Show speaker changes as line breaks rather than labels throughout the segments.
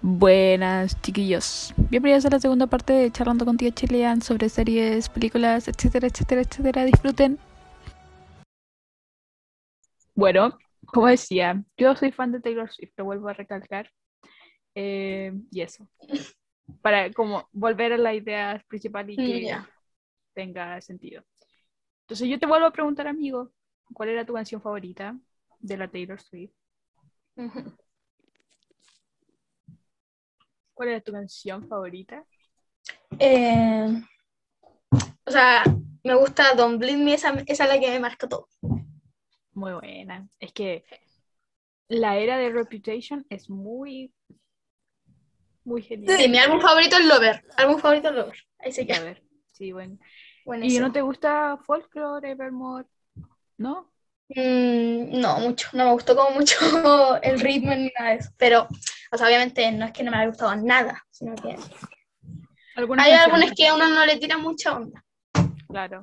Buenas chiquillos, bienvenidos a la segunda parte de Charlando con Tía Chilean sobre series, películas, etcétera, etcétera, etcétera. Disfruten. Bueno, como decía, yo soy fan de Taylor Swift, lo vuelvo a recalcar. Eh, y eso, para como volver a la idea principal y que
Mm, Ya.
tenga sentido. Entonces yo te vuelvo a preguntar, amigo, ¿cuál era tu canción favorita de la Taylor Swift?
Ujú.
¿Cuál era tu canción favorita?
Eh, o sea, me gusta Don't Bleed Me, esa, esa es la que me marca todo.
Muy buena. Es que la era de Reputation es muy, muy genial.
Sí, mi álbum favorito es Lover. Álbum favorito es Lover. Ahí se
A
queda.
ver, sí, bueno. ¿Y
Buenísimo.
no te gusta Folklore, Evermore? ¿No?
Mm, no, mucho. No me gustó como mucho el ritmo ni nada de eso. Pero, o sea, obviamente no es que no me haya gustado nada, sino que
Algunas
hay
canciones,
álbumes que a uno no le tira mucha onda.
Claro.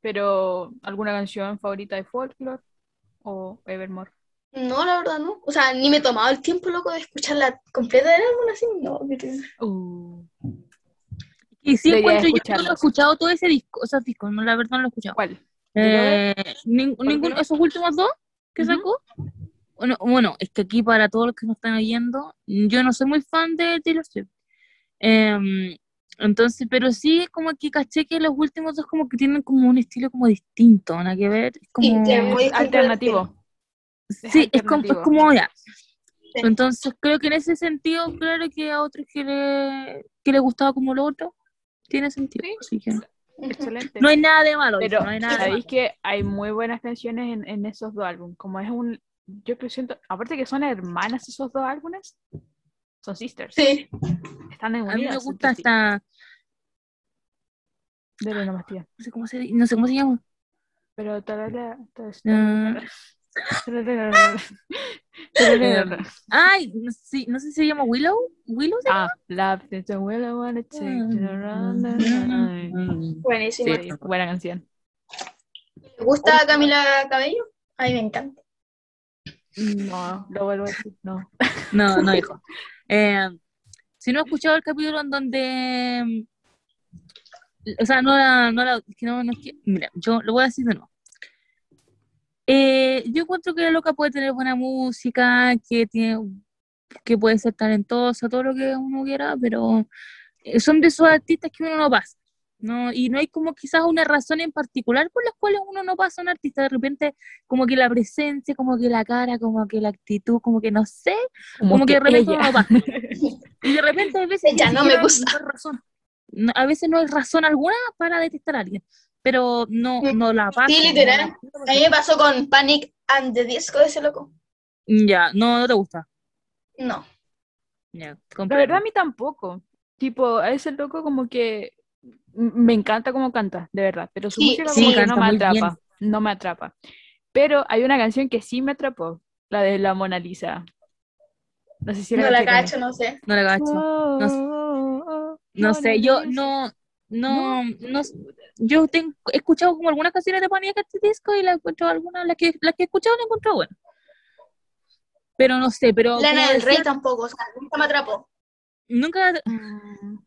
Pero, ¿alguna canción favorita de Folklore o Evermore?
No, la verdad no. O sea, ni me he tomado el tiempo, loco, de escucharla completa del álbum así. No, que te-
Uh,
Y sí
Debería
encuentro, yo no lo
escucharlos.
he escuchado todo ese disco, esos discos, no, la verdad no lo he escuchado.
¿Cuál?
Eh, nin- ninguno,
¿Alguno?
esos últimos dos que
Ujú.
sacó. Bueno, bueno, es que aquí para todos los que nos están oyendo, yo no soy muy fan de Taylor Swift. Em, entonces, pero sí como que caché que los últimos dos como que tienen como un estilo como distinto, nada que ver. es Como,
que Eh, muy
Es Eh, alternativo.
sí, es como, es
alternativo.
como ya. Entonces creo que en ese sentido, claro que a otros que le, que le gustaba como lo otro, tiene sentido. así que-
Ujú.
Excelente.
No hay nada de malo,
Pero
dice, no hay nada de malo.
sabéis que hay muy buenas canciones en, en esos dos álbumes. Como es un. Yo que siento. Aparte que son hermanas esos dos álbumes. Son sisters.
Sí.
Están en
A mí me
unidas,
gusta
entonces,
esta,
sí. Dale nomás, tía.
no sé cómo se, no sé cómo se llama.
Pero tarala, tas-
Ah.
tarala, tarala, tarala.
Ay, no sé, no sé si se llama Willow. Willow se
Ah, love is the will I wanna take you around the
Mm.
night.
llama.
Buenísimo.
Sí, buena canción.
¿Te gusta Camila Cabello? A mí me encanta.
Mm.
No, lo vuelvo a decir. No.
No, no, hijo. Eh, si no he escuchado el capítulo en donde. mm, O sea, no la. No la es que no, no es que- mira, yo lo voy a decir de nuevo. Eh, yo encuentro que la loca puede tener buena música, que tiene que puede ser talentosa, todo lo que uno quiera, pero eh, son de esos artistas que uno no pasa. ¿no? Y no hay como quizás una razón en particular por las cuales uno no pasa a un artista. De repente, como que la presencia, como que la cara, como que la actitud, como que no sé, como, que, de repente uno no pasa. Y de repente a veces ni
Ella no
siquiera
me gusta.
hay razón. No, a veces no hay razón alguna para detestar a alguien, pero no,
Mm.
no la pasa.
literal.
no la siento
A
porque-
mí me pasó con Panic and the Disco, ese loco.
Ya, no, no te gusta.
No.
Ya,
La verdad a mí tampoco. Tipo, a ese loco como que m- me encanta como canta, de verdad, pero su
Sí,
música
sí.
como que no
Canta
me
muy bien.
atrapa, no me atrapa. Pero hay una canción que sí me atrapó, la de la Mona Lisa. No sé si
No la
caché
cacho, no sé.
no la
con
gacho.
él.
No sé. No
Oh, Mona
sé, yo
Lisa.
no, no, no, yo tengo, he escuchado como algunas canciones de Panic! At the Disco y la encuentro algunas, las que, las que he escuchado la encuentro buena. Pero no sé, pero
Lana
como
del Rey
decía,
tampoco, o sea, nunca me atrapó.
nunca,
Mm,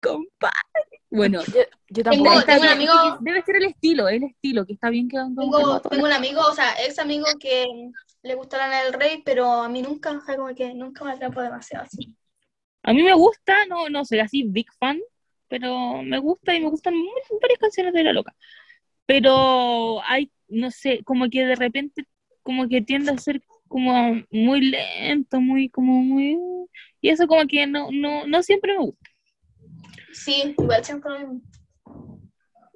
compadre. Bueno,
Yo, yo
Tengo,
tampoco.
Está
tengo un
bien,
amigo,
Debe ser el estilo, el estilo, que está bien que hagan como que
tengo,
no todo
tengo un amigo, o sea, ex amigo que le gusta Lana del Rey, pero a mí nunca, o sea, como que nunca me atrapó demasiado así.
A mí me gusta, no, no soy así big fan, pero me gusta y me gustan mu- varias canciones de La Loca. Pero hay, no sé, como que de repente, como que tiende a ser como muy lento, muy, como muy... Y eso como que no, no, no siempre me gusta.
Sí, igual siempre lo mismo.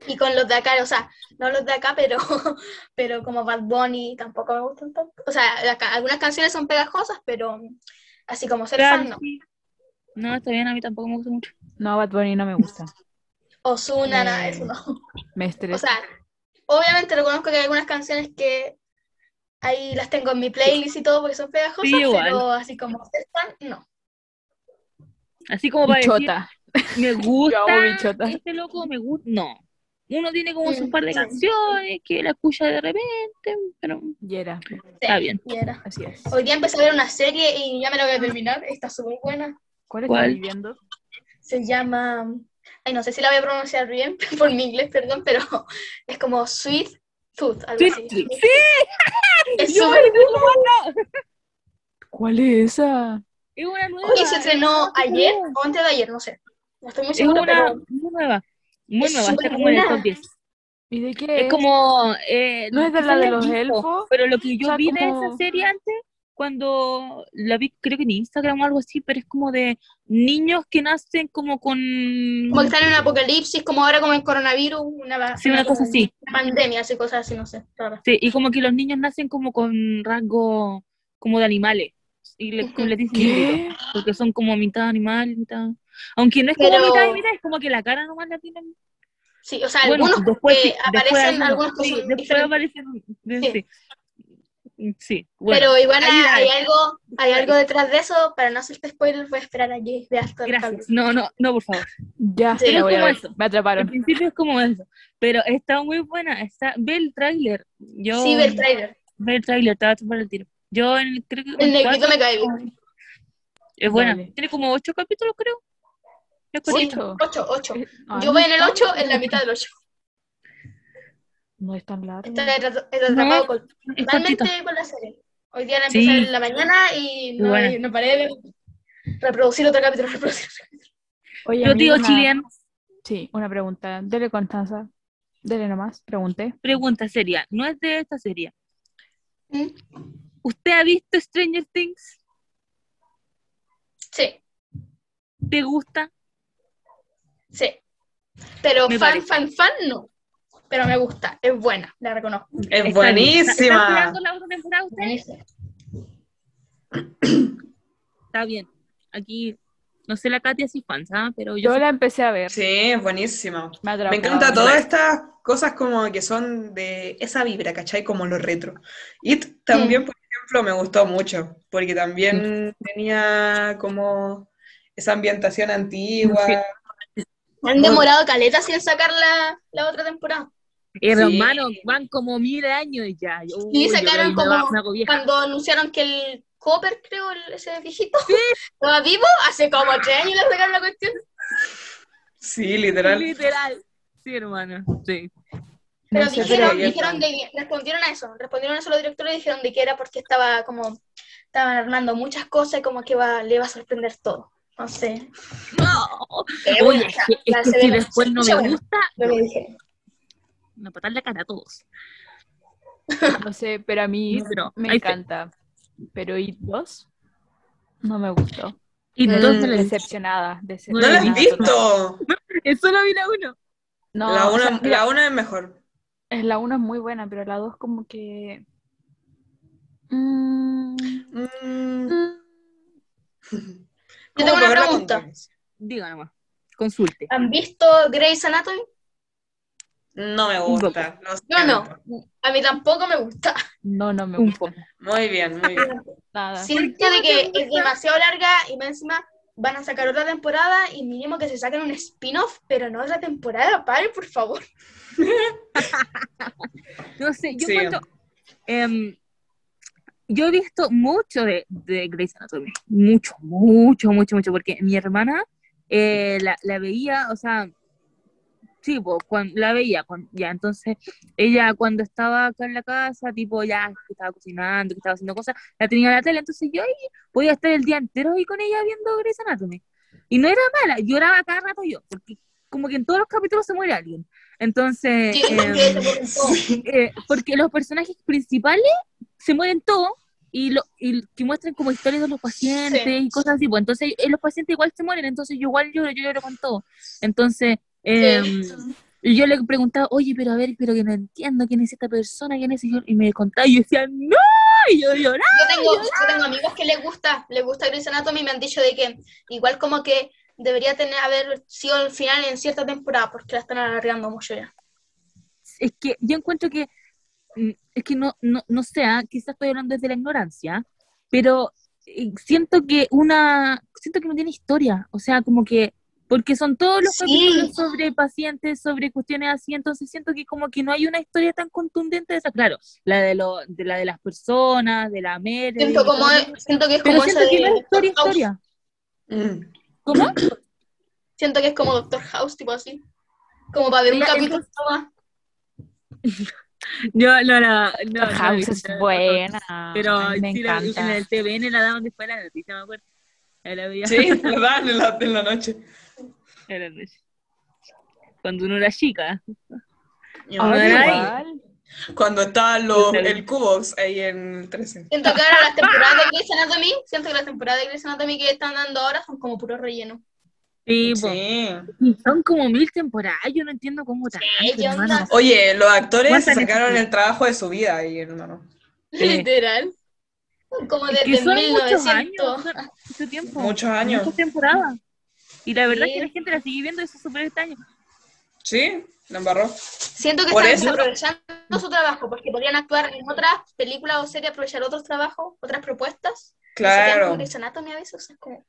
Y con los de acá, o sea, no los de acá, pero, pero como Bad Bunny tampoco me gustan tanto. O sea, la ca- algunas canciones son pegajosas, pero así como ser fan, no.
Sí. No, está bien, a mí tampoco me gusta mucho.
No, Bad Bunny no me gusta.
Ozuna, nada de
Eh,
eso, no.
Me
O
estresa.
sea, obviamente reconozco que hay algunas canciones que ahí las tengo en mi playlist y todo porque son pegajosas,
Sí, igual.
pero así como ser fan, no.
Así como para decir,
Bichota.
me gusta
amo bichotas.
este loco, me gusta... No, Uno tiene como
Mm,
sus par de
sí.
canciones que la escucha de repente, pero
Y era,
está bien.
Y era.
así es.
Hoy día empecé a ver una serie y ya me la voy a terminar. Está súper buena.
¿Cuál
¿Cuál?
estás viviendo?
Se llama. Ay, no sé si la voy a pronunciar bien por mi inglés, perdón, pero es como Sweet Tooth. Algo
Sweet
así.
Tooth.
Es
Yo
súper
me digo, bueno,
¿Cuál es esa?
Es una nueva.
Hoy se estrenó
qué
ayer
buena.
o antes de ayer, no sé. No estoy muy
Es
segura,
una
pero
muy nueva. Muy
Es
nueva, está
súper
como en el
buena.
top 10.
¿Y de qué
Es como. eh,
¿No es de la
quizás
de
he
los
visto,
elfos?
Pero lo que
O
yo
sea,
vi de
como-
esa serie antes, cuando la vi, creo que en Instagram o algo así, pero es como de niños que nacen como con.
como que están en un apocalipsis, como ahora como el coronavirus, una,
Sí, una cosa así.
una pandemia, así cosas así, no sé. raras.
Sí, y como que los niños nacen como con rasgos como de animales. Y le,
Ujú.
les dicen
¿Qué?
híbridos, porque son como mitad animal, mitad. Aunque no es como
Pero-
mitad y mitad, es como que la cara nomás la tienen
Sí, o sea,
Bueno,
algunos
después
que
sí, después
aparecen, algunos que
sí,
son
después
diferentes.
aparecen, sí. Sí, bueno,
Pero igual
ahí va.
hay, algo, hay algo detrás de eso, para no hacerte spoiler, voy a esperar a que veas todo el
gracias.
capítulo.
No, no, no, por favor.
Ya,
Sí,
la voy a
como
ver.
eso.
Me
Al
atraparon.
principio es como eso, pero está muy buena, está, ve el tráiler. Yo
Sí, ve el trailer.
ve el tráiler, estaba para el tiro. Yo en el- creo que
El negrito
cuatro-
me cae bien.
es buena.
Dale.
Tiene como ocho capítulos, creo. Es
Sí,
cortita.
¿Ocho?
8, 8.
Eh, ah,
Yo
no
voy en el
es tan-
8, en la mitad del 8.
No es tan largo.
Está atras- está atrapado
No,
con-
es cortita.
totalmente con la serie. Hoy día la
Sí.
empecé en la mañana y no,
Bueno.
y no paré de reproducir otro capítulo. Reproducir. otro capítulo.
Oye,
Yo
amigo,
digo
una-
chileno,
Sí, una pregunta. Dele, Constanza. Dele nomás, pregunté.
pregunta seria, no es de esta serie.
¿Mm?
¿Usted ha visto Stranger Things?
Sí,
¿Te gusta?
sí. Pero
Me
fan,
parece.
fan, fan, no. Pero me gusta, es buena, la reconozco.
Está
Es
bien. ¿Está- ¿Está
buenísima.
esperando la otra temporada usted?
Buenísima.
Está bien. Aquí, no sé la Katia si fans, ¿ah? pero yo,
Yo
soy-
la empecé a ver.
Sí, es buenísima.
Me atrapó.
Me encanta
todo
todas estas cosas como que son de esa vibra, ¿cachai? Como los retro. It también, por ejemplo, me gustó mucho, porque también tenía como esa ambientación antigua.
Sí.
Han demorado caletas sin sacar la, la otra temporada.
hermano, van como mil años ya. Uy, yo
sacaron
creo que me
como-
me hago vieja.
Cuando anunciaron que el Copper, creo, el- ese viejito, estaba vivo, hace como tres años le sacaron la cuestión.
Sí, literal.
Literal. Sí, hermano. Sí.
Pero
No sé,
dijeron,
pero-
dijeron de que- respondieron a eso, respondieron a eso los directores y dijeron de que era porque estaba como, estaban armando muchas cosas y como que va, le iba a sorprender todo. No sé.
No.
Eh,
Oye,
bueno,
es que,
ya
es que
se
si
ve-
después no
se
me
ve.
gusta,
lo que dije.
me patar la cara a todos.
No sé, pero a mí
No, pero
me
hay fe.
encanta. Pero It 2 no me gustó.
Y
Mm,
entonces le dicen,
Decepcionada.
¿No
decepcionada
la has
total.
visto?
solo vi la uno.
No,
La
o sea,
una,
mira,
la una es mejor.
es la 1 es muy buena, pero la 2 como que... Mm,
Mm.
mm,
¿Cómo
tengo una
podrá
pregunta.
contarles?
Diga nomás. Consulte.
¿Han visto Grey's Anatomy?
No me
Un
gusta. lo
Yo
siento.
no. A mí tampoco me gusta.
no, no me
Un
gusta
poco.
Muy bien, muy bien.
nada.
Siento de que es demasiado larga y más encima van a sacar otra temporada y mínimo que se saquen un spin-off, pero no otra temporada, paren, por favor.
No sé, yo
Sí.
encuentro. em, yo he visto mucho de, de Grey's Anatomy. Mucho, mucho, mucho, mucho. Porque mi hermana eh, la, la veía, o sea, sí, po, cuan- la veía. cuan- ya, entonces, ella cuando estaba acá en la casa, tipo, ya que estaba cocinando, que estaba haciendo cosas, la tenía en la tele. Entonces, yo ahí podía estar el día entero ahí con ella viendo Grey's Anatomy. Y no era mala, lloraba cada rato yo. Porque como que en todos los capítulos se muere alguien. Entonces.
Sí,
em,
que se ponen todos.
eh, porque los personajes principales se mueren todos y, lo, y que muestran como historias de los pacientes
Sí.
y cosas así. pues, entonces, eh, los pacientes igual se mueren, entonces yo igual lloro, yo lloro con todo. Entonces, em, y yo le preguntaba, oye, pero a ver, pero que no entiendo quién es esta persona, quién es. Y, yo- y me contaba, y yo decía, ¡No! Y yo lloraba.
Yo tengo, yo tengo amigos que les gusta, les gusta Grey's Anatomy y me han dicho de que igual como que debería tener haber sido el final en cierta temporada porque la están alargando mucho ya.
Es que yo encuentro que. mm, Es que no, no, no sé, ah, quizás estoy hablando desde la ignorancia, pero eh, siento que una. Siento que no tiene historia. O sea, como que. Porque son todos los
Sí.
capítulos sobre pacientes, sobre cuestiones así, entonces siento que como que no hay una historia tan contundente de esa. Claro, la de, lo, de, la de las personas, de la Mary.
Siento,
de
como,
todo eso.
siento que es
Pero
como
siento
esa
que
de
no es historia,
Doctor House.
historia.
Mm.
¿Cómo?
Siento que es como Doctor House, tipo así. Como para ver un
Ya,
capítulo más.
No, no, no. no
House pues es buena.
Pero
a mí me
sí, la- en
encanta.
el TVN la daban después de la noticia, me acuerdo. Ahí la veía
Sí, lo dan en la, en la noche.
a la noche. Cuando uno era chica.
Ay,
Ahora
Ay,
hay-
igual.
Cuando estaban los,
Está bien.
el Cubos ahí en 13.
Siento que ahora las temporadas de Grey's Anatomy, siento que las temporadas de Grey's Anatomy que están dando ahora son como puro relleno.
Sí, po.
Sí.
Y Son como mil temporadas. Yo no entiendo cómo tanto,
¿qué onda?
hermano.
Oye, los actores se
¿Cuántas
sacaron
veces?
el trabajo de su vida ahí, hermano.
Sí.
Literal. Como
Es
desde
que son muchos
1900.
años, son mucho tiempo.
Muchos años.
Muchas temporadas. Y la verdad
Sí.
es que la gente la sigue viendo eso es súper extraño.
Sí, la embarró.
Siento que
Por
están
eso-
desaprovechando su trabajo, porque podrían actuar en otras películas o series, aprovechar otros trabajos, otras propuestas. y se quedan
Claro.
con Grey's Anatomy a veces, o sea, es como-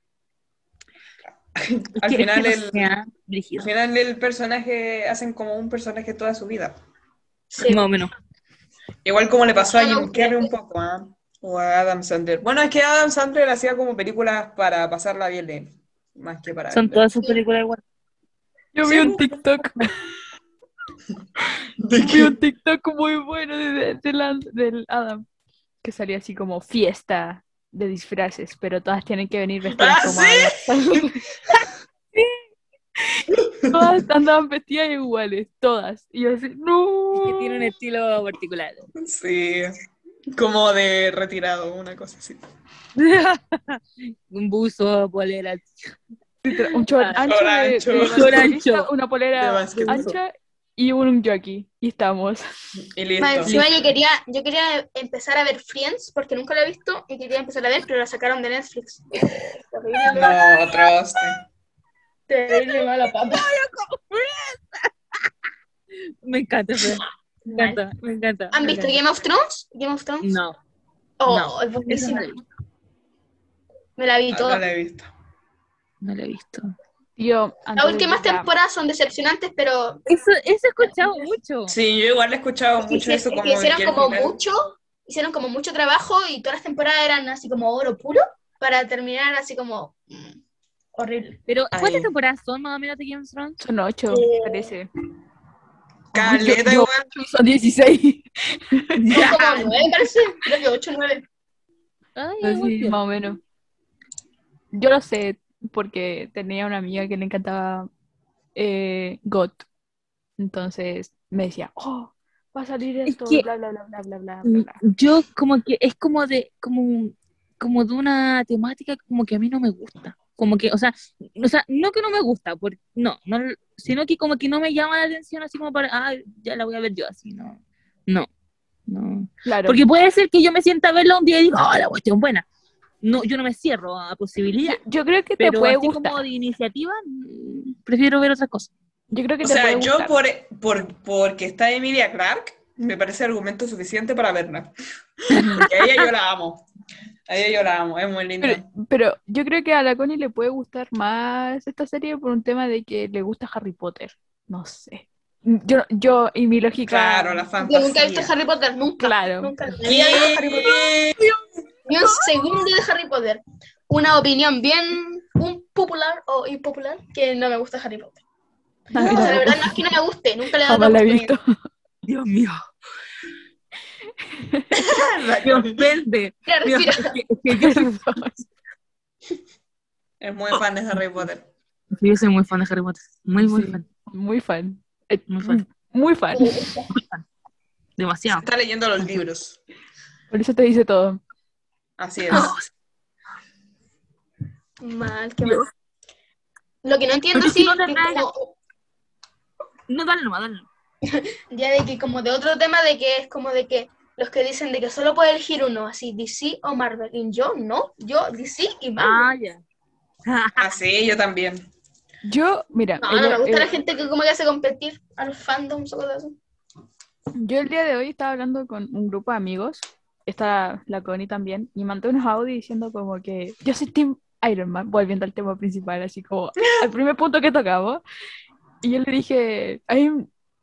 Es
Al
que- es
final
que no
el-
sea,
Al
brígido.
final el personaje, hacen como un personaje toda su vida.
Sí.
Más o menos.
Igual como le pasó a
No, no,
Jim Carrey un poco, ¿ah? O a Adam Sandler. Bueno, es que Adam Sandler hacía como películas para pasarla bien, de él, más que para...
Son todas sus películas igual.
Yo vi un TikTok, vi un TikTok muy bueno de- de- de la- del Adam, que salía así como fiesta de disfraces, pero todas tienen que venir vestidas
¡Ah,
como Adam. Sí. Todas andaban vestidas iguales, todas. Y yo así, no.
Que tiene un estilo particular.
Sí, como de retirado, una cosa así.
un buzo, polera.
Literal, Un short
Ah,
ancho, de-
ancho.
de
Short
basquetbolista,
ancho.
una
De
polera
basquetbol.
ancha y un jockey. Y estamos.
Y
Más
listo.
encima yo quería, yo quería empezar a ver Friends, porque nunca la he visto, y quería empezar a ver, pero la sacaron de Netflix. Terrible,
No, otra hostia.
terrible mala pata.
Me encanta, Fran. me encanta, me encanta.
¿Han
me
visto
encanta.
Game of Thrones? Game of Thrones.
No,
Oh,
no.
es
eso no
buenísima.
la he visto.
Me la vi
Ah,
toda.
No la he visto.
No la he visto.
Yo,
Las últimas
temporadas
temporadas son decepcionantes, pero
Eso, eso he escuchado mucho.
Sí, yo igual he escuchado mucho
hici-
eso
es
como
que
de
hicieron
que al
como
final-
mucho, hicieron como mucho trabajo y todas las temporadas eran así como oro puro para terminar así como mm, horrible.
Pero,
Ay.
¿cuántas temporadas son más o menos de Game of Thrones?
Son ocho,
Eh,
parece.
Caleta,
Yo-
igual.
Son 16.
Son como nueve, parece, creo que ocho, nueve.
Ay, igual
Así,
que-
más o menos. Yo lo sé porque tenía una amiga que le encantaba eh, GOT. Entonces me decía, oh, va a salir
Es
esto,
que-
bla, bla, bla, bla, bla, bla, bla,
Mm,
bla.
Yo como que es como de como un- como de una temática como que a mí no me gusta. Como que, o sea, o sea, no que no me gusta, por- no, no, sino que como que no me llama la atención así como para, ah, ya la voy a ver yo así, no. No. No.
Claro.
Porque puede ser que yo me sienta a verla un día y digo, "Ah, la cuestión buena." No, yo no me cierro a posibilidades,
yo creo que te
pero
puede
así
gustar.
como de iniciativa mm, prefiero ver otras cosas.
Yo creo que
O
te
sea,
puede
yo
gustar.
por, por, porque está Emilia Clark, me parece argumento suficiente para verla. Porque a ella yo la amo. A ella yo la amo, es muy linda.
Pero, pero yo creo que a la Connie le puede gustar más esta serie por un tema de que le gusta Harry Potter. No sé. Yo, yo y mi lógica.
claro, la
Yo nunca he visto
fantasía.
Harry Potter, nunca.
Claro.
Nunca. en la vida he visto Harry Potter.
¿Qué?
Ni un segundo de Harry Potter. Una opinión bien un popular o impopular que no me gusta Harry Potter.
No,
O sea, la
no,
verdad no es que no me guste, nunca le he dado
jamás la he
oportunidad.
visto.
Dios mío, me ofende.
Mira,
Dios,
respira.
es que- es que yo soy
Es muy fan de Harry Potter.
Sí, yo soy muy fan de Harry Potter. Muy, muy
Sí.
fan.
Muy fan. Eh,
Muy fan.
Muy fan.
Demasiado.
Está leyendo los libros.
Por eso te dice todo.
Así es.
Ah,
Mal, qué mal. Lo que no entiendo
Pero
sí,
si no te
es
traen-
como,
No, dale nomás, dale nomás.
ya de que como de otro tema de que es como de que los que dicen de que solo puede elegir uno, así DC o Marvel, y yo no, yo DC y Marvel.
Ah, ya.
Así yo también.
Yo, mira,
no, no
ella-
me gusta la
eh,
gente que como que hace competir a los fandoms o cosas así.
yo el día de hoy estaba hablando con un grupo de amigos, está la Connie también, y mandé unos audios diciendo como que yo soy Team Iron Man, volviendo al tema principal, así como al primer punto que tocamos. Y yo le dije, hay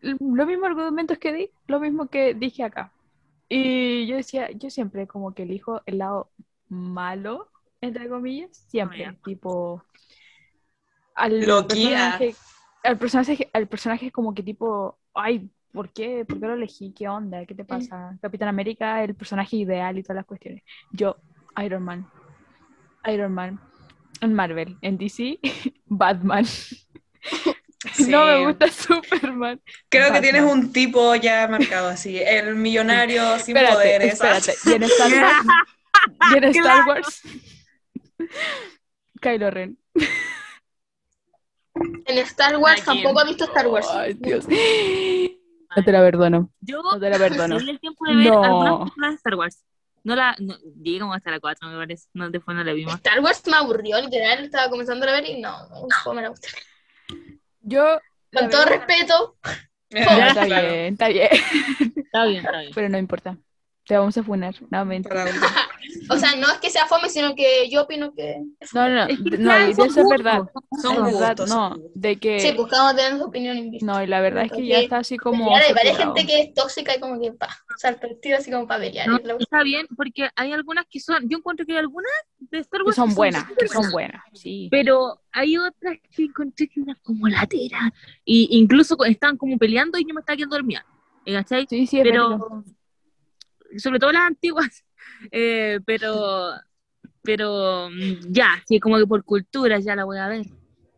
los mismos argumentos que di, lo mismo que dije acá. Y yo decía, yo siempre como que elijo el lado malo, entre comillas, siempre,
Ya.
tipo al
Loquía.
personaje, al personaje, al personaje como que tipo, ay, ¿por qué? ¿Por qué lo elegí? ¿Qué onda? ¿Qué te pasa? Capitán América, el personaje ideal y todas las cuestiones. Yo, Iron Man, Iron Man, en Marvel, en DC, Batman. No me
Sí.
gusta Superman.
Creo que
Batman.
tienes un tipo ya marcado así, el millonario sin
espérate,
poderes.
espérate. Y en Star Wars, y en Star
Claro.
Wars, Kylo Ren.
En Star Wars
Anakin.
tampoco ha visto Star Wars.
Ay, Dios. No te la perdono,
Yo
no te la perdono.
perdí el tiempo de ver
No.
algunas películas de Star Wars. No la, no, llegué como hasta la 4, me parece. No, después no la vimos.
Star Wars me aburrió, literal, estaba comenzando a ver y no, no, no me la gusta.
Yo. la
Con todo
verdad-
respeto,
No,
Ya,
está
claro,
bien, está bien.
Está bien, está bien.
Pero no importa. Te vamos a funar, no mentira.
para uno.
o sea, no es que sea fome, sino que yo opino que...
No, no,
Es que,
no,
claro,
y de
son
eso es
gustos.
verdad.
Son
es verdad,
gustos, son
no,
gustos.
de que.
Sí, buscamos tener su opinión invista.
no, y la verdad es que ya
Porque-
está así
Como
como.
hay varias
saturado.
gente que es tóxica y como que pa, o sea, el partido así como para pelear.
No,
y la-
está bien, porque hay algunas que son. Yo encuentro que hay algunas de Star
Que
Wars
son buenas, que son
superbuenas.
buenas, sí.
Pero hay otras que encontré que eran como latera. Y incluso cu- estaban como peleando y yo me estaba quedando dormida. ¿eh, ¿Cachai?
Sí, sí, es verdad.
Pero. Sobre todo las antiguas. Eh, pero. Pero. mm, Ya, sí, como que por cultura ya la voy a ver.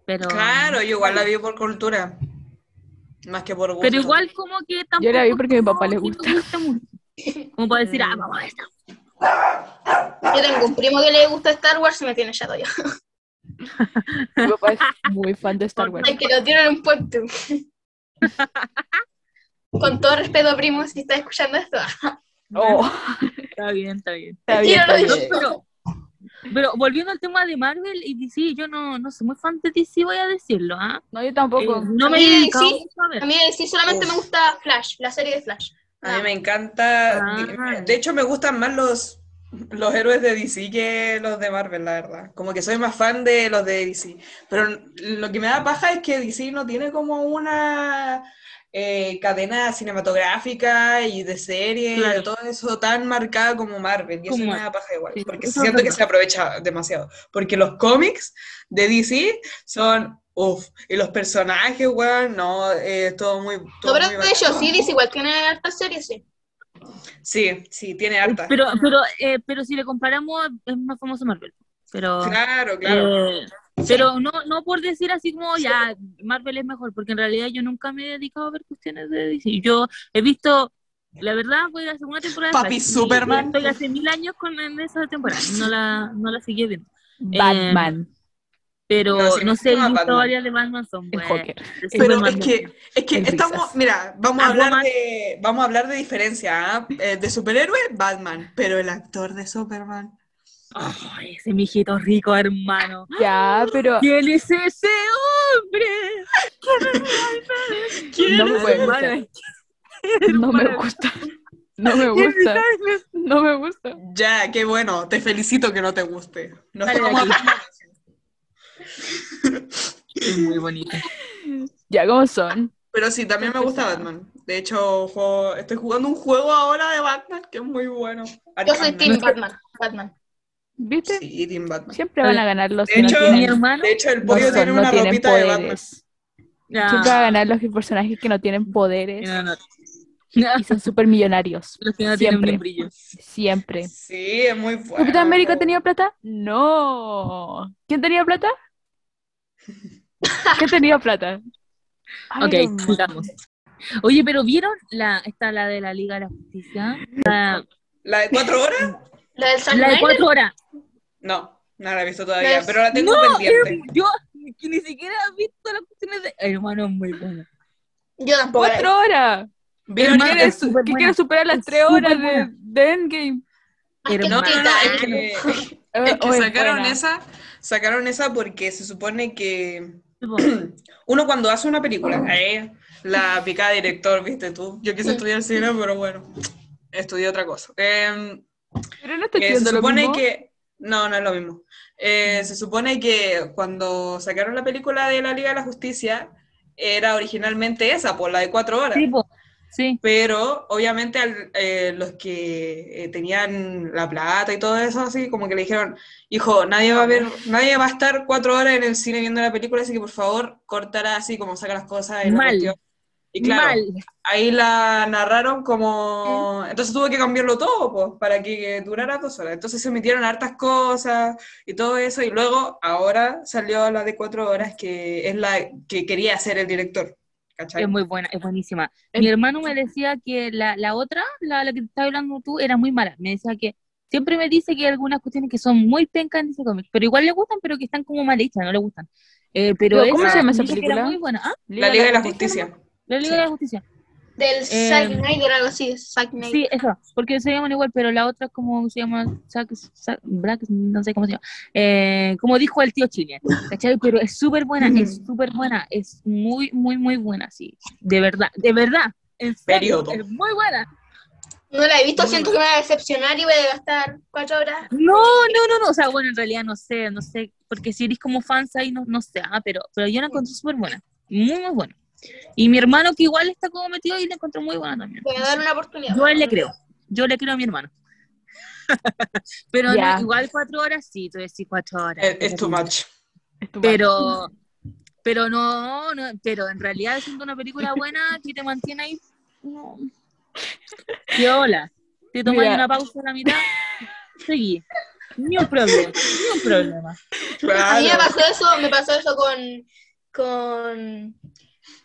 Pero.
Claro, yo igual la vi por cultura. Más que por gusto.
Pero igual como que tampoco...
Yo la vi porque a mi papá le
no me
gusta.
mucho. Como para decir, ah, vamos a ver esta.
Yo tengo un primo que le gusta Star Wars y me tiene chato yo.
Mi papá es muy fan de Star Wars.
Es que lo tienen en un puente. Con todo respeto, primo, si estás escuchando esto.
Oh,
Está bien, está bien.
está bien,
Yo lo
está
digo.
bien.
Pero, pero volviendo al tema de Marvel y DC, yo no, no soy muy fan de DC, voy a decirlo, ¿ah?
No, yo
Eh,
tampoco.
no me
Sí,
he dedicado
sí.
mucho a ver.
A mí sí solamente
Uf.
me gusta Flash, la serie de Flash.
A mí me encanta.
Ah.
De hecho, me gustan más los, los héroes de DC que los de Marvel, la verdad. Como que soy más fan de los de DC. Pero lo que me da paja es que DC no tiene como una eh, cadena cinematográfica y de serie
Claro.
y todo eso tan marcada como Marvel. Y eso
Como-
me da paja igual.
Sí,
Porque
eso es
siento que
verdad.
se aprovecha demasiado. Porque los cómics de DC son. Uf, y los personajes, weón, no, eh, es todo muy.
No,
todo
pero
muy
de
bacán.
hecho, sí, dice igual tiene hartas series, sí.
Sí, sí, tiene harta.
Pero, pero, eh, pero si le comparamos, es más famoso Marvel. Pero,
Claro, claro.
eh, pero no, no por decir así como, ya, Marvel es mejor, porque en realidad yo nunca me he dedicado a ver cuestiones de DC. Yo he visto, la verdad, fue la segunda temporada. de
Papi
Flash, y
Superman.
Estoy hace mil años con en esa temporada, no la, no la seguí viendo.
Batman,
em, Pero
No,
no,
sí, me
sé, he
gusta
visto
más Batman.
varias de Batman son
el
buenas.
Joker.
de
Pero
Superman
es
no.
que, es que
El
estamos,
risas.
mira, vamos a hablar
Aquaman.
de, vamos a hablar de diferencia, ¿ah? Eh, de superhéroe, Batman, pero el actor de Superman.
Ay, ese mijito rico, hermano.
Ya, pero
¿Quién es ese hombre?
no me puede
Hermano,
gustar. No me gusta. No me gusta. No me gusta.
Ya, qué bueno, te felicito que no te guste. No
Vale,
estamos
aquí.
hablando de eso.
Es muy bonito.
Ya, ¿cómo son?
Pero sí, también me gusta Batman. De hecho, juego- estoy jugando un juego ahora de Batman que es muy bueno.
Yo soy
Arkham
Team
Knight.
Batman. Batman.
¿Viste?
Sí, Team Batman.
Siempre van a ganar los
De
que no
hecho,
Mi
tienen,
hermano.
De hecho, el
no
podio
son-
tiene
no
una
tienen
ropita de Batman.
poderes.
Ya.
Siempre van a ganar los que- personajes que no tienen poderes
No, no.
y son súper millonarios.
Los que no tienen
Siempre.
ni un brillo.
Siempre.
Sí, es muy bueno.
¿Capitán América
el juego.
tenía plata? No. ¿Quién tenía plata? ¿Quién tenía plata? Iron Man.
Ok, sigamos. Oye, pero ¿vieron la, esta, la de la Liga de la Justicia? La,
¿La de cuatro horas?
La del Zack
la de
Snyder,
cuatro horas.
No, no la he visto todavía,
Las-
pero la tengo pendiente.
eh, Yo que ni siquiera he visto las cuestiones de. Hermano, es muy bueno.
yo tampoco. la vi.
Pues,
¡Cuatro horas!
Vi
¿Qué
la-
Hermano,
quieres,
es súper
qué
buena.
quieres superar las
Es
tres
súper
horas de,
buena.
de Endgame?
Más que
No, no, no, es
Titanic.
que,
Eh,
es que
oh, es
sacaron
buena.
esa, sacaron esa porque se supone que
Tipo,
uno cuando hace una película, eh, la pica director, viste tú. Yo quise
Sí.
estudiar cine, pero bueno, estudié otra cosa. Em,
Pero no estoy
que se
diciendo lo
supone
mismo.
que No, no es lo mismo. Eh, se supone que cuando sacaron la película de la Liga de la Justicia, era originalmente esa, por la de cuatro horas.
Sí, po. sí.
Pero obviamente al- eh, los que eh, tenían la plata y todo eso, así como que le dijeron, hijo, nadie va a ver, nadie va a estar cuatro horas en el cine viendo la película, así que por favor, córtala así como saca las cosas. y la
Mal.
cuestión". Y claro,
Mal.
ahí la narraron como... Entonces tuve que cambiarlo todo, pues, para que durara dos horas. Entonces se omitieron hartas cosas y todo eso, y luego ahora salió la de cuatro horas, que es la que quería hacer el director, ¿cachai?
Es muy buena, es buenísima.
Es-
Mi hermano me decía que la, la otra, la, la que te estaba hablando tú, era muy mala. Me decía que siempre me dice que hay algunas cuestiones que son muy pencas en ese cómic, pero igual le gustan, pero que están como mal hechas, no le gustan. Eh, pero
Pero, ¿cómo
esa
se llama esa
me dijo que
película?
Era muy buena. Ah,
la Liga de la
Justicia,
Justicia.
la Liga
Sí.
de la Justicia.
Del Zack
Em,
Snyder, algo así, Zack Snyder.
Sí, eso, porque se llaman igual, pero la otra es como se llama Zack, Zack- Black, no sé cómo se llama. Eh, como dijo el tío Chile, ¿cachai? Pero es súper buena, es súper buena, es muy, muy, muy buena, sí. De verdad, de verdad. En serio,
Periodo.
es muy buena.
No la he visto,
Muy
siento que me va a decepcionar y voy a gastar cuatro horas.
No, no, no, no. O sea, bueno, en realidad no sé, no sé, porque si eres como fans ahí, no, no sé, ah, pero, pero yo la encontré súper buena, muy, muy buena. Y mi hermano, que igual está como metido ahí, la encontró muy buena también.
Voy a dar una oportunidad.
Yo a él le creo. Yo le creo a mi hermano. Pero no,
Ya.
igual cuatro horas, sí, tú decís cuatro horas.
Eh, Es, es too much.
Pero, pero no, no, pero en realidad siendo una película buena que te mantiene ahí. No. Y hola, te tomas
Mira.
una pausa a la mitad, seguí. Ni un problema, ni un problema.
A mí me
Claro.
pasó eso, me pasó eso con, con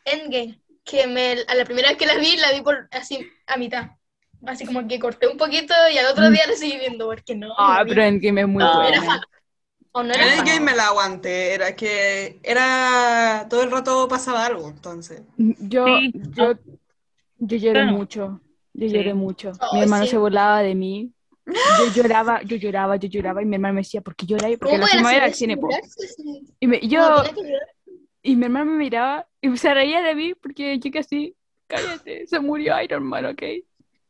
Endgame, que me, a la primera vez que la vi, la vi por así a mitad. Así como que corté un poquito y al otro día la seguí viendo, porque no.
Ah,
no vi.
pero Endgame es muy
No,
era
buena.
fan. O no era
En
fan.
el game me la aguanté, era que era todo el rato pasaba algo, entonces.
Mm, Yo,
Sí.
yo, yo lloré
Claro.
mucho. Yo
Sí.
lloré mucho. Mi
Ay,
hermano
Oh, sí.
se burlaba de mí. Yo lloraba, yo lloraba, yo lloraba y mi hermano me decía, ¿por qué lloráis? Porque
¿Cómo
la
era
forma era el
sin
cine. po.
burlarse? Sí.
Y me-
No,
yo,
tenía que llorar.
y mi hermano me miraba y se reía de mí porque yo casi, cállate, se murió Iron Man, ¿ok?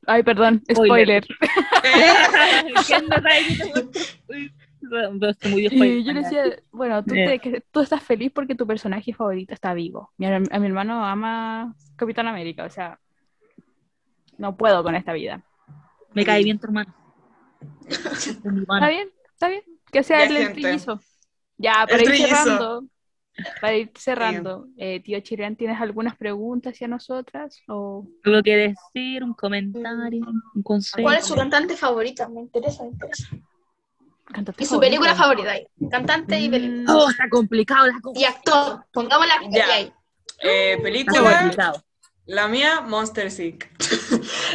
Ay, perdón, spoiler.
Spoiler. ¿Quién no sabe que te- Estoy muy
Y yo
despeinada.
le decía, bueno, tú, te- que- tú estás feliz porque tu personaje favorito está vivo. Mi, her- a mi hermano ama Capitán América, o sea, no puedo con esta vida.
Me cae bien tu hermano. Mi hermano.
¿Está bien? ¿Está bien? Que sea
Ya,
el- el
gente.
trillizo. Ya,
El
para ir
trillizo.
cerrando, para ir cerrando, eh, tío Chirán, ¿tienes algunas preguntas hacia nosotras? O...
algo que decir, un comentario, un consejo.
¿Cuál es su cantante favorita? Me interesa, me interesa.
cantante
Y su película
favorita?
favorita, ahí. cantante y película.
Mm,
Oh, está complicado la cosa.
Y actor, pongámosla
Ya.
ahí.
Eh,
Está
película,
complicado.
la mía, Monster Inc.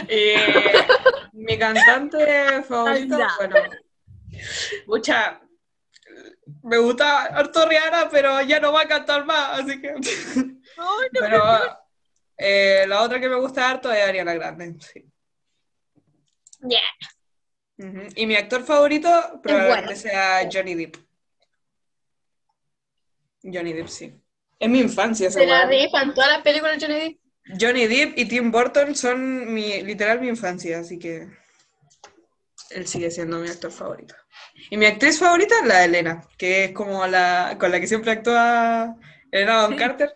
Eh, mi cantante favorito,
Anda.
bueno, mucha, me gusta harto Rihanna, pero ya no va a cantar más, así que... Pero eh, la otra que me gusta harto es Ariana Grande. sí.
Ya.
Ujú. Y mi actor favorito probablemente
bueno.
sea Johnny Depp. Johnny Depp, sí. Es mi infancia, ese
Se la
weón.
rifan todas las películas de Johnny Depp.
Johnny Depp y Tim Burton son mi, literal mi infancia, así que él sigue siendo mi actor favorito. Y mi actriz favorita es la Elena, que es como la con la que siempre actúa Elena Don Carter,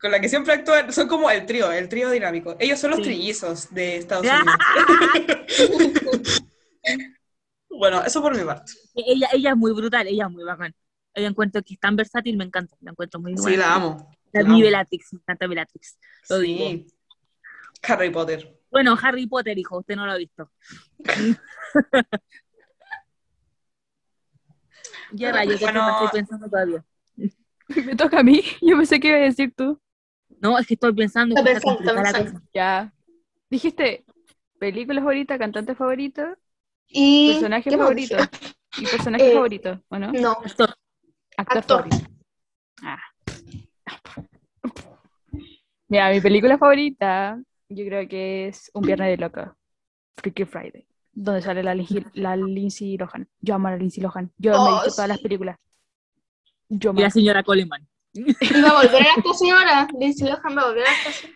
con la que siempre actúa, son como el trío, el trío dinámico. Ellos son los
Sí. Ah.
trillizos de Estados Unidos. bueno, eso por mi parte.
Ella, ella es muy brutal, ella es muy bacán. Ella encuentro que es tan versátil, me encanta. La encuentro muy buena.
Sí, la amo.
La
la
vi
amo.
Bellatrix, me encanta Bellatrix. Lo digo.
Sí. Harry Potter.
Bueno, Harry Potter, hijo, usted no lo ha visto. ya rayos, ¿qué
Bueno.
tema estoy pensando todavía.
Me toca a mí, yo pensé que iba a decir tú.
No, es que estoy pensando,
Está
que está
pensando, está
complicada la
pensando.
cosa.
Ya. Dijiste, película favorita, cantante favorito,
Y
personaje
¿qué más
favorito.
dije?
Y personaje
Eh,
favorito, ¿o no?
No,
Actor,
Actor,
actor.
favorito. Ah. Mira, mi película favorita, yo creo que es Un Viernes de Loco, Freaky Friday, donde sale la, Lindsay- la Lindsay Lohan. Yo amo a la Lindsay Lohan. Yo me he
Oh,
visto todas las
sí.
películas. Yo
y
amo.
la señora Coleman.
Iba a volver a la actuación ahora. Lindsay Lohan va a volver a la actuación.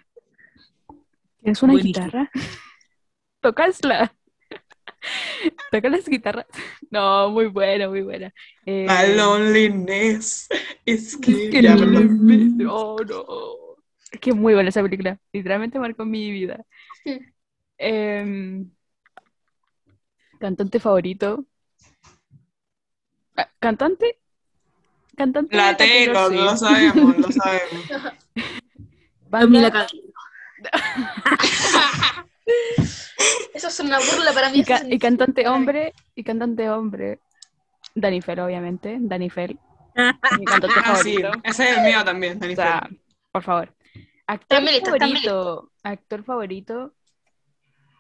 ¿Tienes una
Buenísimo.
guitarra? Tocasla. Toca las guitarras. No, muy buena, muy buena. Eh,
My loneliness is
que
killing me.
me- no, Oh, no. Es que es muy buena esa película. Literalmente marcó mi vida.
Sí.
Em, cantante favorito. Ah, ¿Cantante? Cantante.
La Taylor,
Taylor,
lo
sí.
sabemos, lo sabemos.
Banda-
Eso es una burla para mí.
y,
eso
ca-
es un
y cantante
insulto para mí.
hombre. Y cantante hombre. Danifel, obviamente. Danifel. Mi cantante
Ah, sí,
favorito.
ese es el mío también,
O
Danifel.
sea, por favor. Actor
Está militar, está
favorito. Actor favorito.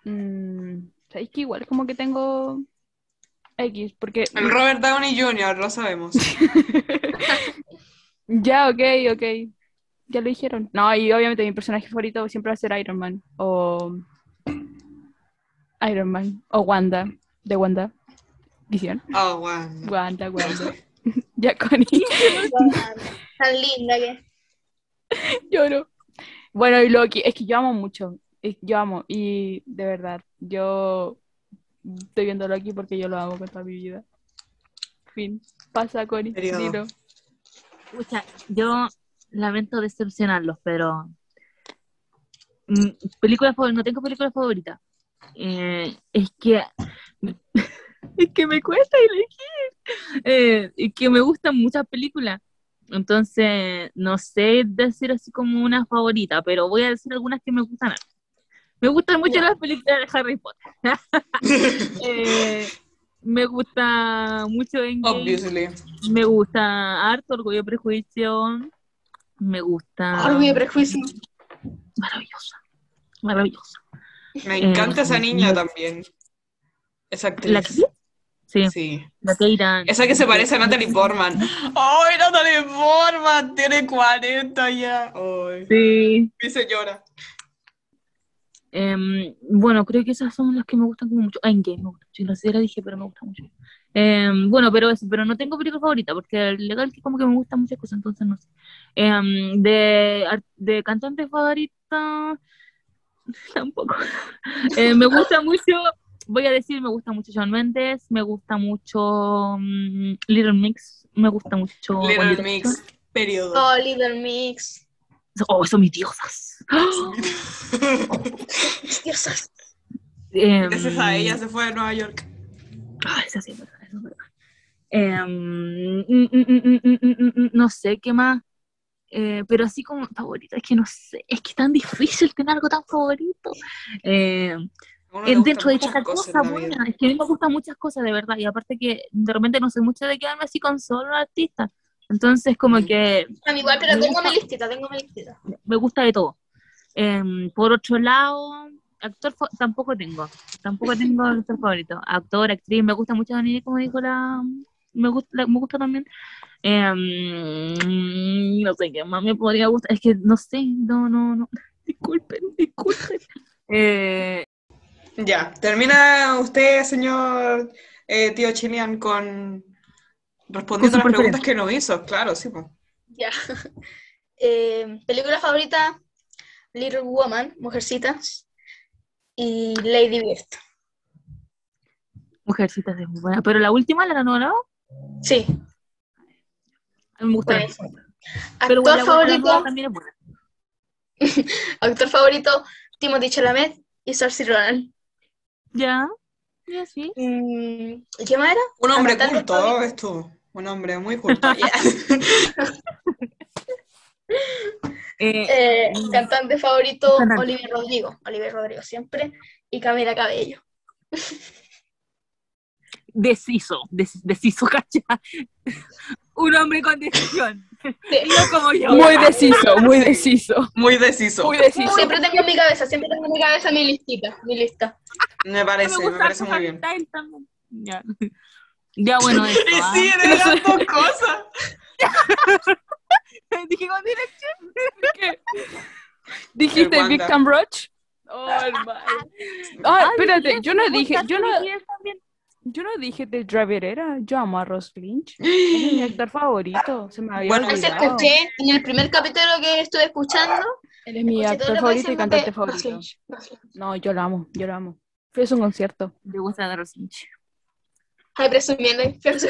Mm, ¿Sabéis que igual como que tengo X? Porque.
El Robert Downey Jr., lo sabemos.
ya, ok, ok. Ya lo dijeron. No, y obviamente mi personaje favorito siempre va a ser Iron Man. O. Iron Man. O Wanda. De Wanda. Dicieron.
Oh, wow.
Wanda, Wanda. ya, Connie.
Tan linda que.
Lloro. Bueno, y Loki, es que yo amo mucho. es- yo amo. Y de verdad, yo estoy viendo Loki porque yo lo amo con toda mi vida. Fin. Pasa, Connie.
Periodo.
dilo.
Pucha, yo lamento decepcionarlos, pero mm, película favor- no tengo película favorita. Eh, es que es que me cuesta elegir. Eh, y que me gustan muchas películas. Entonces, no sé decir así como una favorita, pero voy a decir algunas que me gustan. harto. Me gustan mucho las películas de Harry Potter. Eh, me gusta mucho en
Obviously.
me gusta harto Orgullo y Prejuicio. Me gusta.
Orgullo y prejuicio.
Maravillosa. Maravillosa.
Me
Eh,
encanta esa niña
no-
también. Esa actriz.
¿La que? Sí,
Sí.
la Keira.
Esa que se parece a Natalie Portman. ¡Ay, Natalie Portman! Tiene 40 ya. ¡Ay!
Sí.
Mi señora.
Em, bueno, creo que esas son las que me gustan como mucho. Ah, Endgame me gusta mucho. No sé si la dije, pero me gusta mucho. Em, bueno, pero eso, pero no tengo película favorita, porque el legal que como que me gustan muchas cosas, entonces no sé. Em, de, ar- de cantante favorita, tampoco. Eh, me gusta mucho, voy a decir, me gusta mucho John Mendes, me gusta mucho mm, Little Mix, me gusta mucho. One
Little
Direction.
Mix. Periodo.
Oh, Little Mix.
Oh, son mis diosas.
Diosas.
Em,
Gracias a ella se fue de Nueva York.
Ah, esa sí es verdad, esa es verdad. Em, mm, mm, mm, mm, mm, mm, mm, no sé qué más, Eh, pero así como favorito, es que no sé, es que es tan difícil tener algo tan favorito. Eh,
A uno le
eh,
gustan
dentro de
muchas
cada
cosas en
cosa
la vida.
buena, es que a mí me gustan muchas cosas de verdad, y aparte que de repente no sé mucho de quedarme así con solo un artista, entonces como
Mm.
que
A mí igual, pero tengo mi listita, tengo mi listita.
me gusta de todo. Em, por otro lado, actor fa- tampoco tengo. Tampoco tengo actor favorito. Actor, actriz, me gusta mucho Daniel, como dijo la. Me gusta, la- me gusta también. Em, no sé qué más me podría gustar. Es que no sé, no, no, no. Disculpen, disculpen. Eh,
Ya. Termina usted, señor eh, tío Chilean, con. Respondiendo
Con su
a las preguntas que nos hizo. Claro, sí, pues.
Ya. Eh, película favorita: Little Woman, Mujercitas. Y Lady Bird.
Mujercitas es muy buena. Pero la última, la nueva,
Sí,
a mí me gusta.
pues. Actor
pero bueno, la- la nueva
favorito:
también es buena.
actor favorito Timothy Chalamet y Saoirse Ronan.
Ya, ya sí.
Mm, ¿Qué más era?
Un hombre
Natalia
culto,
Portman.
¿ves tú? Un hombre muy culto. Ya.
Eh,
Eh, cantante favorito
Cantante.
Oliver Rodrigo. Oliver Rodrigo siempre. Y Camila Cabello.
deshizo, des- deshizo, cacha. Un hombre con decisión. Y no como yo. Ah,
Muy deciso, muy deciso.
Muy deciso.
Muy deciso.
Siempre tengo en mi cabeza, siempre tengo en mi cabeza mi listita, mi lista.
Me parece, me,
gusta
parece
su
muy bien.
hairstyle también. Ya. Ya, bueno, eso.
Y
ah.
sí, de las dos cosas.
Dije con dirección.
¿Dijiste
Wanda.
Victim Roach? Oh, hermano. Ah, espérate, yo no dije, yo no, yo no dije de Draverera, yo amo a Ross Lynch. Es mi actor favorito, se me había
Bueno,
Así
olvidado.
escuché en el primer capítulo que estuve escuchando.
Él es mi
escuché
actor
todo lo que
favorito y
dicen
cantante
de- Ah,
favorito.
No sé, no sé.
No, yo lo amo, yo lo amo. Fui a su concierto.
Me gusta Rosinch.
Ay, presumiendo, ¿cierto?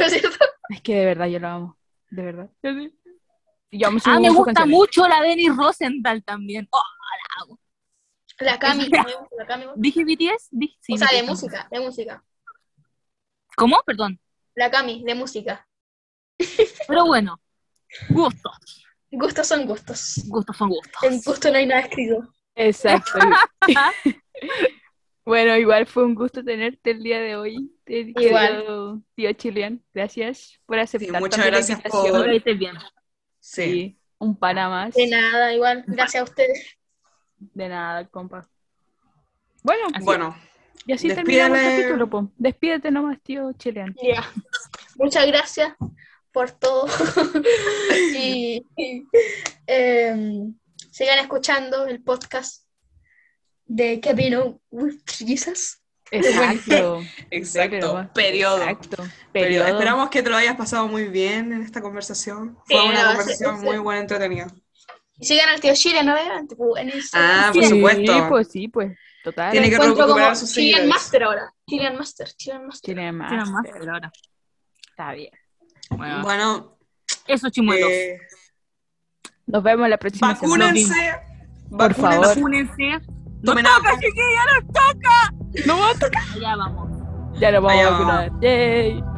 Es que de verdad yo lo amo. De verdad. Yo sí. Y Yo amo su-
Ah, me
sus
gusta
canciones.
mucho la Denis Rosenthal también. Oh,
La Cami, la Cami.
¿Dije BTS? Dije, sí,
o sea, de
BTS.
música, de música.
¿Cómo? Perdón.
La Cami, de música.
Pero bueno, gustos.
Gustos son gustos.
Gustos son gustos.
En gusto no hay nada escrito.
Exacto. bueno, igual fue un gusto tenerte el día de hoy. te-
Igual.
querido Tío Chilean, gracias por aceptar.
muchas
también la
gracias por-
invitación.
Lo leíste bien.
Sí.
Sí, un pana más.
De nada, igual. Gracias a ustedes.
De nada, compa. Bueno,
Así
Bueno,
y así
despídeme.
terminamos el capítulo, po. Despídete nomás, tío Chilean.
Ya. Muchas gracias por todo. y y, em, sigan escuchando el podcast de ¿Qué opino with Jesus?
Exacto.
exacto. Periodo.
Exacto.
Periodo.
Periodo.
Esperamos que te lo hayas pasado muy bien en esta conversación.
Sí,
Fue una
no,
conversación
sí, sí.
muy buena, entretenida.
Y sigan al tío Chile, ¿no? En en Instagram.
Ah, por
Sí,
supuesto.
pues sí, pues. Total.
Tiene que
Encuentro
recuperar
como
sus
Chilean
seguidores.
Master ahora. Chilean Master, Chilean Master.
Tiene más.
Tiene más, pero ahora.
Está bien.
Ah.
Bueno,
Bueno,
eso chimuelos.
eh,
Nos vemos la próxima semana.
vacúnense.
Por favor.
Vacúnense. ¡No
Tomen
toca,
agua.
chiquilla!
No,
Allá vamos.
ya lo vamos
Allá
a
vamos.
vacunar. Yay.